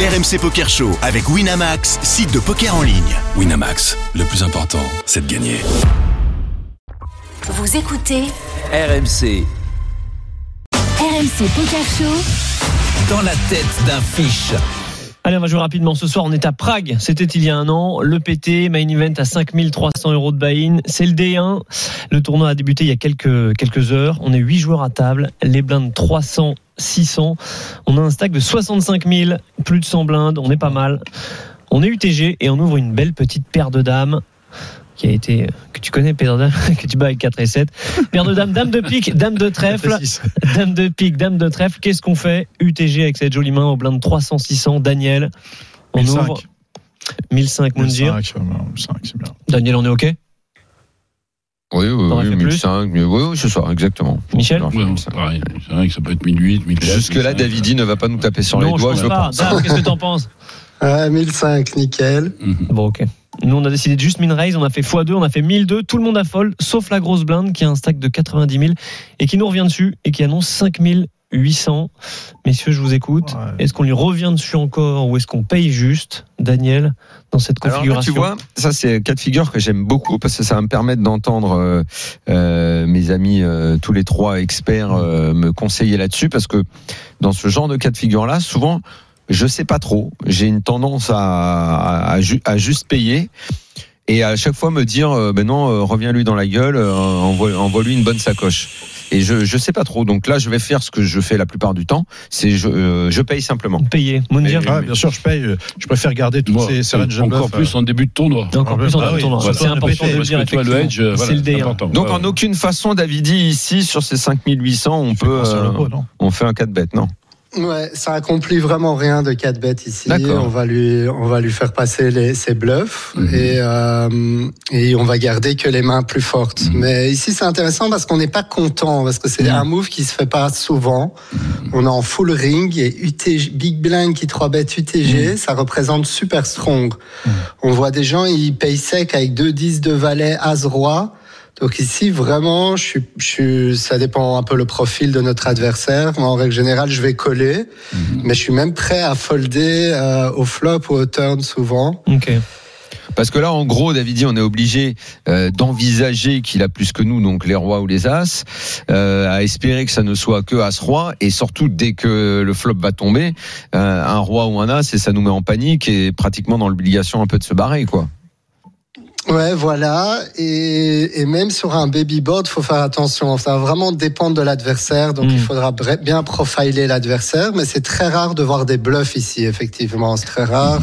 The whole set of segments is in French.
RMC Poker Show avec Winamax, site de poker en ligne. Winamax, le plus important, c'est de gagner. Vous écoutez RMC, RMC Poker Show. dans la tête d'un fiche. Allez, on va jouer rapidement. Ce soir, on est à Prague. C'était il y a un an. Le PT, main event à 5300 euros de buy-in. C'est le D1. Le tournoi a débuté il y a quelques, quelques heures. On est 8 joueurs à table. Les blindes 300, 600. On a un stack de 65 000. Plus de 100 blindes. On est pas mal. On est UTG et on ouvre une belle petite paire de dames qui a été, que tu connais, paire de dames, que tu bats avec 4 et 7. Paire de dames, dame de pique, dame de trèfle. Dame de pique, dame de trèfle, qu'est-ce qu'on fait UTG avec cette jolie main au blind 300-600, Daniel, on 1005. ouvre 1005 Moundir. 5, c'est bien. Daniel, on est OK Oui, oui, T'aurais fait oui, plus 1005, mais oui, oui, c'est ça, exactement. Michel Alors, Ouais, 1005. pareil, c'est vrai que ça peut être 1008, 1009. Jusque-là, 1005. Davidi ne va pas nous taper sur Non, les je doigts, pense je pas. pense. Dave, qu'est-ce que t'en penses Ouais, 1005, nickel. Mhm. Bon, OK. Nous, on a décidé de juste min-raise, on a fait x2, on a fait 1002, tout le monde affole, sauf la grosse blinde qui a un stack de 90 000 et qui nous revient dessus et qui annonce 5800. Messieurs, je vous écoute. Ouais. Est-ce qu'on lui revient dessus encore ou est-ce qu'on paye juste, Daniel, dans cette Alors là, tu configuration vois, ça c'est cas de figure que j'aime beaucoup parce que ça va me permettre d'entendre euh, euh, mes amis, euh, tous les trois experts, euh, me conseiller là-dessus parce que dans ce genre de cas de figure-là, souvent, je sais pas trop. J'ai une tendance à, à, à ju- à juste payer. Et à chaque fois me dire, euh, ben non, euh, reviens-lui dans la gueule, euh, envoie- envoie-lui une bonne sacoche. Et je je sais pas trop. Donc là, je vais faire ce que je fais la plupart du temps, c'est je, euh, je paye simplement. Payer. Moundir, Mais- Ah, bien sûr, je paye. euh, Je préfère garder toutes Moi, ces, ces ranges encore bluff, plus euh, en début de tournoi. Donc en Ah plus, bah on a oui, le tournoi. voilà. C'est important de le Parce dire. que toi, le effectivement. hedge, euh, C'est voilà, le c'est D1. important. Donc Ouais, en ouais. aucune façon, Davidi, ici, sur ces 5800, on je peut... pense à euh, le pot, non on fait un 4 bêtes, non Ouais, ça accomplit vraiment rien de 4 bêtes ici. D'accord. On va lui, on va lui faire passer les, ses bluffs Mhm. et, euh, et on va garder que les mains plus fortes. Mhm. Mais ici, c'est intéressant parce qu'on n'est pas content parce que c'est un move qui se fait pas souvent. Mhm. On est en full ring et UTG, big blind qui 3 bêtes Mhm. UTG, ça représente super strong. On voit des gens, ils payent sec avec 2 10 de valet, as roi. Donc ici, vraiment, je suis, je suis- ça dépend un peu le profil de notre adversaire. Moi, en règle générale, je vais coller, mais je suis même prêt à folder euh, au flop ou au turn souvent. Ok. Parce que là, en gros, Davidi, on est obligé euh, d'envisager qu'il a plus que nous, donc les rois ou les as, euh, à espérer que ça ne soit que as-roi, et surtout, dès que le flop va tomber, euh, un roi ou un as, et ça nous met en panique, et pratiquement dans l'obligation un peu de se barrer, quoi. Ouais, voilà. Et, et même sur un baby board, faut faire attention. Ça va vraiment dépendre de l'adversaire, donc Mm. il faudra bre- bien profiler l'adversaire. Mais c'est très rare de voir des bluffs ici, effectivement. C'est très rare.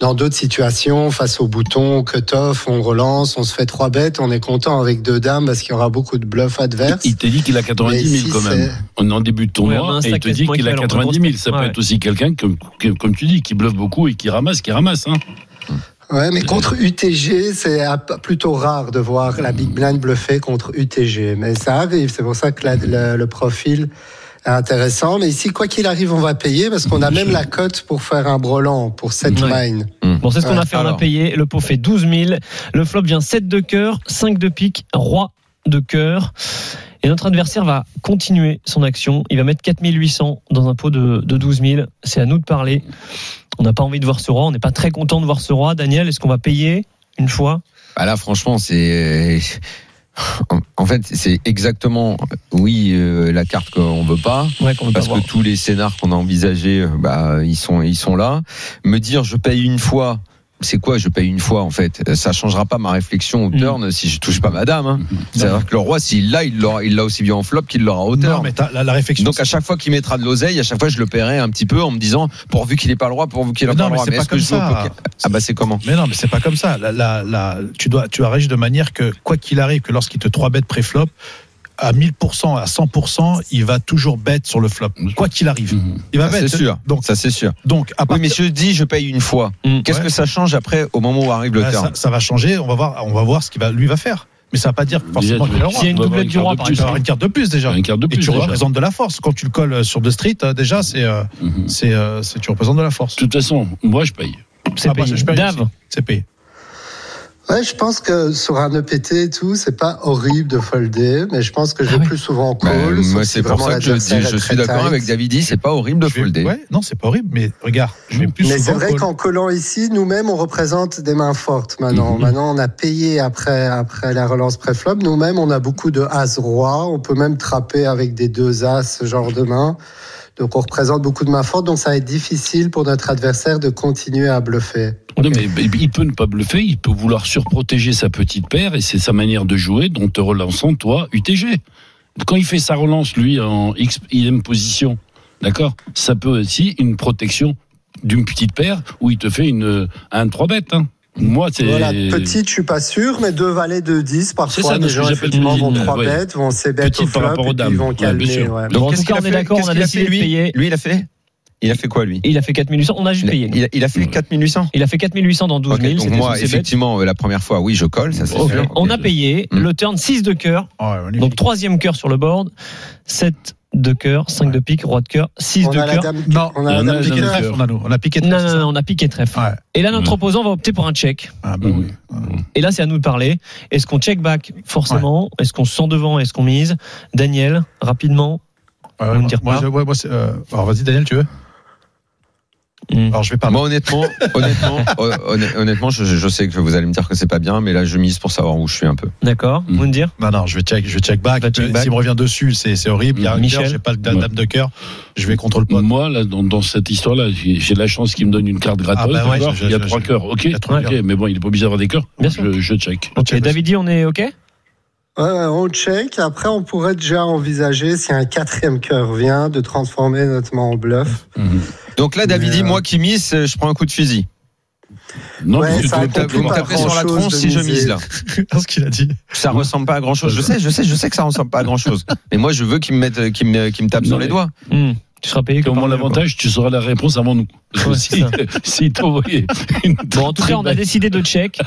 Dans d'autres situations, face au bouton, cut-off, on relance, on se fait trois bêtes, on est content avec deux dames parce qu'il y aura beaucoup de bluffs adverses. Il t'a dit qu'il a 90 000 Mais quand si même. c'est- On est en début de Ouais, on a tournoi un et il stack te dit moins qu'il a équivalent, 90 000. Ça ouais. peut être aussi quelqu'un, comme, que- comme tu dis, qui bluffe beaucoup et qui ramasse, qui ramasse. Hein. Ouais, mais contre UTG, c'est un peu- plutôt rare de voir la Big Blind bluffer contre UTG. Mais ça arrive, c'est pour ça que la- le, le profil est intéressant. Mais ici, quoi qu'il arrive, on va payer parce qu'on a même la cote pour faire un brelan pour 7 Ouais. mine. Bon, c'est ce qu'on a fait. On a Alors. payé. Le pot fait 12 000. Le flop vient 7 de cœur, 5 de pique, roi de cœur. Et notre adversaire va continuer son action. Il va mettre 4800 dans un pot de, de 12 000. C'est à nous de parler. On n'a pas envie de voir ce roi. On n'est pas très content de voir ce roi. Daniel, est-ce qu'on va payer une fois Bah là, franchement, c'est. En- En fait, c'est exactement, oui, euh, la carte qu'on veut pas. Ouais, qu'on veut pas parce que voir. tous les scénars qu'on a envisagés, euh, bah, ils sont, ils sont là. Me dire je paye une fois. C'est quoi je paye une fois en fait Euh, Ça changera pas ma réflexion au Mm. Mhm. turn si je touche pas madame. Hein. C'est-à-dire que le roi, s'il l'a, il l'aura, il l'a aussi bien en flop qu'il l'aura au Non, turn. mais t'as- la, la réflexion. Donc à chaque fois qu'il mettra de l'oseille, à chaque fois je le paierai un petit peu en me disant pourvu qu'il ait pas le roi, pourvu qu'il ait Mais pas non, le mais roi. c'est pas est-ce comme que je joue au ça. poker Ah bah c'est comment Mais non, mais c'est pas comme ça. La, la, la- tu dois, tu dois réagir de manière que quoi qu'il arrive, que lorsqu'il te 3 bêtes pré-flop, à 1000%, à 100%, il va toujours bête sur le flop, Mm. quoi qu'il arrive. Il va Ça, C'est bête. sûr. Donc, ça c'est sûr. donc à Oui, partir- mais si je dis je paye une fois, Mm. qu'est-ce Ouais. que ça change après au moment où arrive le bah, turn ça, ça va changer. On va voir, on va voir ce qu'il va, lui va faire. Mais ça va pas dire forcément tu- qu'il a le roi. S'il y a une On va avoir doublette une du carte roi, de par plus, Tu vas avoir hein. une carte de plus déjà. Un quart de Et plus. tu déjà. représentes de la force. Quand tu le colles euh, sur The Street, euh, déjà, c'est, euh, Mhm. Hmm. De c'est, euh, c'est- tu représentes de la force. toute façon, moi, je paye. C'est Ah bah, payé. je paye Dave, C'est payé. Ouais, je pense que sur un EPT et tout, c'est pas horrible de folder, mais je pense que je vais Ah ouais. plus souvent en Bah, call. sauf moi, si c'est pour vraiment ça que je, l'adversaire dis, est je très suis d'accord tight. avec Davidi, c'est pas horrible de Je vais- folder. ouais, non, c'est pas horrible, mais regarde, je Hmm. vais plus Mais c'est souvent vrai call. qu'en collant ici, nous-mêmes, on représente des mains fortes maintenant. Mhm. Maintenant, on a payé après, après la relance préflop. Nous-mêmes, on a beaucoup de as-roi. On peut même trapper avec des deux as, ce genre de main. Donc, on représente beaucoup de mains fortes. Donc, ça va être difficile pour notre adversaire de continuer à bluffer. Non, mais mais il peut ne pas bluffer, il peut vouloir surprotéger sa petite paire et c'est sa manière de jouer dont te relançant, toi, UTG. Quand il fait sa relance, lui, en X, il aime position, d'accord Ça peut aussi une protection d'une petite paire où il te fait une, un 3 bêtes. Hein. Moi, c'est. Voilà, petite, je suis pas sûr, mais deux valets, deux 10, C'est parfois, ça, les ce que gens, j'appelle effectivement, vont petite, trois ouais. bêtes, vont ces bêtes au Petite par flop, rapport aux et puis dames. ils vont Ouais, bien calmer, sûr. ouais. Donc, qu'est-ce en tout cas, qu'il a fait- qu'est-ce on a qu'il a décidé fait, lui de payer. Lui, il a fait Il a fait quoi, lui Et il a fait 4800, on a juste il a, payé. il a- il a fait 4800 Il a fait 4800 dans 12 Ok, 000. Donc c'était moi, sur ses bêtes. effectivement, euh, la première fois, oui, je colle, ça c'est Ok. sûr. On a payé Hmm. le turn 6 de cœur, Ouais, Oh, on est- donc troisième cœur sur le board, 7 de cœur, 5 de pique, roi de cœur, 6 On de a la cœur. dame, Non, on a la on a dame la de piqué dame de cœur. cœur. trèfle, on a nous. On a piqué de Non, trèfle, non, c'est ça non, on a piqué trèfle. Ouais. Et là, notre Hmm. opposant va opter pour un check. Ah, bah oui. Et là, c'est à nous de parler. Est-ce qu'on check back forcément Est-ce qu'on se sent devant Est-ce qu'on mise Daniel, rapidement. Ouais, Vous ouais, me dire moi, pas. je- ouais, moi, c'est, euh, alors, vas-y, Daniel, tu veux Hmm. Alors, je vais pas. Moi, honnêtement, honnêtement, hon- hon- honnêtement, je, je sais que vous allez me dire que c'est pas bien, mais là, je mise pour savoir où je suis un peu. D'accord. Hmm. Vous me dire Non, non, je vais check, je vais check back. Va check Euh, back. S'il me revient dessus, c'est c'est horrible. Il y a un Michel. cœur, j'ai pas de dame Ouais. de cœur. Je vais contre le Mm. pot. Moi, là, dans, dans cette histoire-là, j'ai j'ai la chance qu'il me donne une carte gratuite. Ah bah ouais, d'accord je- je- il y a je- trois je- cœurs, ok il y a trois Ok, cœurs. Mais bon, il n'est pas obligé d'avoir des cœurs. Bien sûr. je, je check. Ok, check, Davidi, on est OK Ouais, ouais, Euh, on check. Après, on pourrait déjà envisager si un quatrième cœur vient de transformer notamment en bluff. Donc là, David, Mais, dit, euh, moi qui mise, euh, je prends un coup de fusil. Non, Ouais, parce que ça tu- répond tu- Vous me pas tapez sur la grand-chose tronche de si je miser. mise là. Qu'est-ce qu'il a dit Ça ressemble pas à grand chose. Je sais, je sais, je sais que ça ressemble pas à grand chose. Mais moi, je veux qu'il me mette, euh, qu'il me, qu'il me tape sur les doigts. Hmm. Tu seras payé Et au comme moins par- l'avantage, tu sauras la réponse avant nous. Parce que Ouais, si c'est ça. si t'envoyais une Bon, en tout cas, on a décidé de check.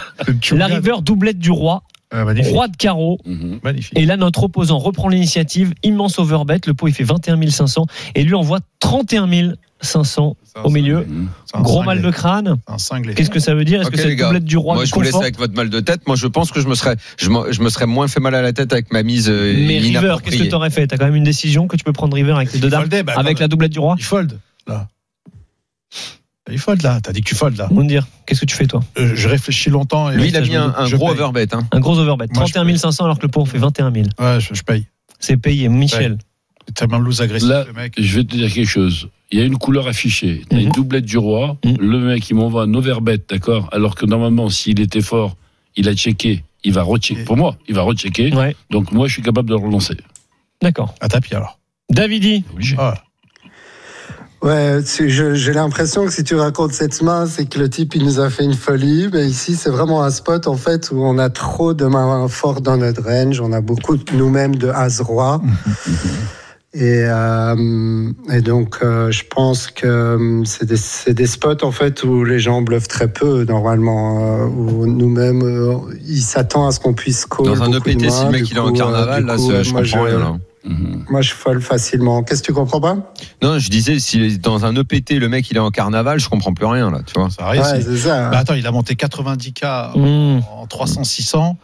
La river doublette du roi, Ouais, Ah, magnifique. roi de carreau. Mhm. Magnifique. Et là, notre opposant reprend l'initiative. Immense overbet. Le pot, il fait 21 500. Et lui envoie 31 500 C'est un au milieu. Mhm. c'est un Gros cinglé. mal de crâne. C'est Un cinglé. Qu'est-ce que ça veut dire Est-ce Ok, que les cette gars. doublette du roi Moi, nous je vous laisse conforte avec votre mal de tête. Moi, je pense que je me serais, je, m'en- je me serais moins fait mal à la tête avec ma mise euh, Mais River, qu'est-ce que inappropriée. t'aurais fait T'as quand même une décision que tu peux prendre River avec les deux Il dames, foldait, bah, avec quand la doublette du roi. Il fold, là. Il fold, là. T'as dit que tu fold, là. Moundir, qu'est-ce que tu fais toi Euh, je réfléchis longtemps. Et Lui, il a Je mis me un, dis, un je gros paye. overbet. Hein. Un gros overbet. Moi, je 31 500 alors que le pot on fait 21 000. Ouais, je, je paye. C'est payé. Michel. T'as même loose agressif, Là- le mec. Je vais te dire quelque chose. Il y a une couleur affichée. T'as Mhm. une doublette du roi. Mhm. Le mec, il m'envoie un overbet, d'accord Alors que normalement, s'il était fort, il a checké. Il va rechecker. Et- Pour moi, il va rechecker. Ouais. Donc moi, je suis capable de le relancer. D'accord. À tapis, alors. Davidi. Obligé. Ah, Ouais, c'est- je- j'ai l'impression que si tu racontes cette main, c'est que le type il nous a fait une folie. Mais ici, c'est vraiment un spot en fait où on a trop de mains fortes dans notre range. On a beaucoup de- nous-mêmes de as roi. Et, euh, et donc, euh, je pense que euh, c'est des, c'est des spots en fait où les gens bluffent très peu normalement, euh, où nous-mêmes, euh, ils s'attendent à ce qu'on puisse call Dans un E beaucoup de EPT, si mains, le mec du il est en coup, euh, carnaval, du là, coup, ce- euh, je moi, comprends rien. Là. Mhm. Moi, je folle facilement. Qu'est-ce que tu comprends pas Non, je disais, s'il est dans un EPT, le mec il est en carnaval, je comprends plus rien là, tu vois. ça arrive. Ouais, si- c'est ça. Bah, attends, il a monté 90K Mmh. en 300, 600.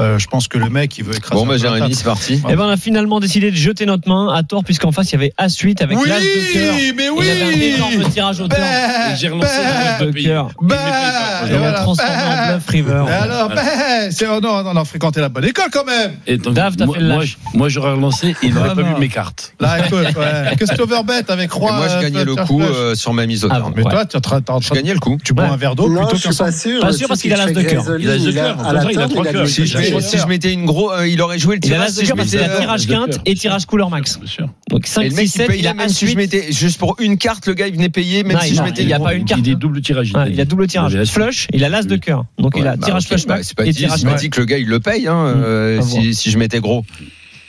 Euh, je pense que le mec, il veut écraser. Bon, un bah, peu la Jérémy, table. c'est parti. Eh ben, on a finalement décidé de jeter notre main à tort puisqu'en face il y avait As-8 avec l'As de cœur. mais Il y avait un énorme tirage au turn. Bah, Et J'ai relancé bah, le de pays. cœur. Il me Bah, paye pas. Et et on l'a voilà. transformé en bluff River. ben, Alors, bah, c'est, oh non, non, non, fréquenter la bonne école quand même. Et donc, Dave, t'as moi, fait le lâche. bah. moi, je- moi, j'aurais relancé et il n'aurait Ah, pas non. vu mes cartes. Là, écoute, ouais. qu'est-ce que tu overbet avec Et roi moi, je euh, gagnais le flush, coup flush euh, sur ma mise au Ah, turn. Mais Ouais. toi, tu es en train, t'es en Je train de- gagnais le coup. tu bois Ouais. un verre d'eau Non, plutôt je qu'un suis sang. pas sûr. Pas Le sûr parce type, qu'il a l'as fait de cœur. Grayson, Il a l'as de il cœur, À en la fait, il a table, trois il a cœurs. gagné Si je, Ah, mets- ouais. si je mettais une gros, euh, il aurait joué le Il a tirage. l'As de Si cœur je parce qu'il mettais, a tirage Bien sûr. quinte et tirage couleur max. Bien sûr. Donc 5, et le mec 6, il 7, payait il a même si je As-8. mettais juste pour une carte, le gars il venait payer même Non, si je non, mettais. il y a pas une carte, Il est hein. double tirage. Ouais, il a double tirage. Il avait As-8. Flush, il a l'as de cœur. Donc il a Ouais, bah, tirage ok, flush bah, max c'est pas et dit, tirage c'est pas max. Hmm, dit que le gars il le paye hein, euh, Mmh, à voir. si, si je mettais gros.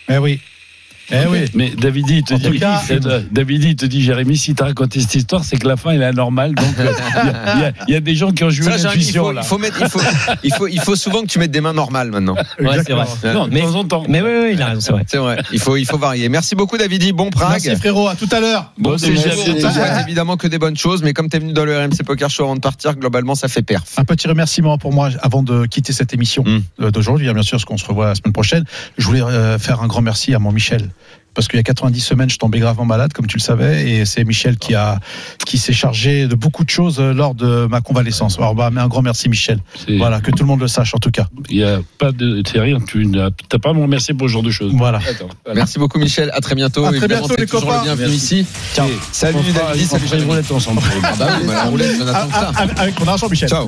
Eh oui. Eh oui. Mais Davidi, il te En tout dit, cas- euh, Davidi, il te dit, Jérémy, si t'as raconté cette histoire, c'est que la fin elle est anormale. Donc, euh, il y a- il y, a- il y a des gens qui ont joué Ça, j'ai un- il, l'intuition faut, là. il faut mettre, il, faut, il, faut, il faut souvent que tu mettes des mains normales maintenant. Ouais, c'est vrai. Non, de Mais- temps en temps. Mais oui, oui, il a raison, c'est vrai. C'est vrai, il faut, il faut varier. Merci beaucoup, Davidi. Bon Prague. Merci frérot, à tout à l'heure. Bon, C'est déjà, Merci. bientôt. évidemment que des bonnes choses, mais comme tu es venu dans le RMC Poker Show avant de partir, globalement, ça fait perf. Un petit remerciement pour moi avant de quitter cette émission Mm. euh, d'aujourd'hui, bien sûr, parce qu'on se revoit la semaine prochaine. Je voulais euh, faire un grand merci à mon Michel. Parce qu'il y a 90 semaines, je tombais gravement malade, comme tu le savais, et c'est Michel qui a qui s'est chargé de beaucoup de choses euh, lors de ma convalescence. Alors, bah, mais un grand merci, Michel. C'est- Voilà, que tout le monde le sache, en tout cas. Il y a pas de, c'est rien. Tu n'as t'as pas à me remercier pour ce genre de choses. Voilà. Merci beaucoup, Michel. À très bientôt. À très Évidemment, bientôt, t'es les toujours copains. le bienvenu ici. Ciao. Salut, On fera- David. Salut, on fera une Jérémy. roulette ensemble. Ah bah oui, bah, la roulette, on attend que ça. Ah, ah, Avec ton argent, Michel. Ciao.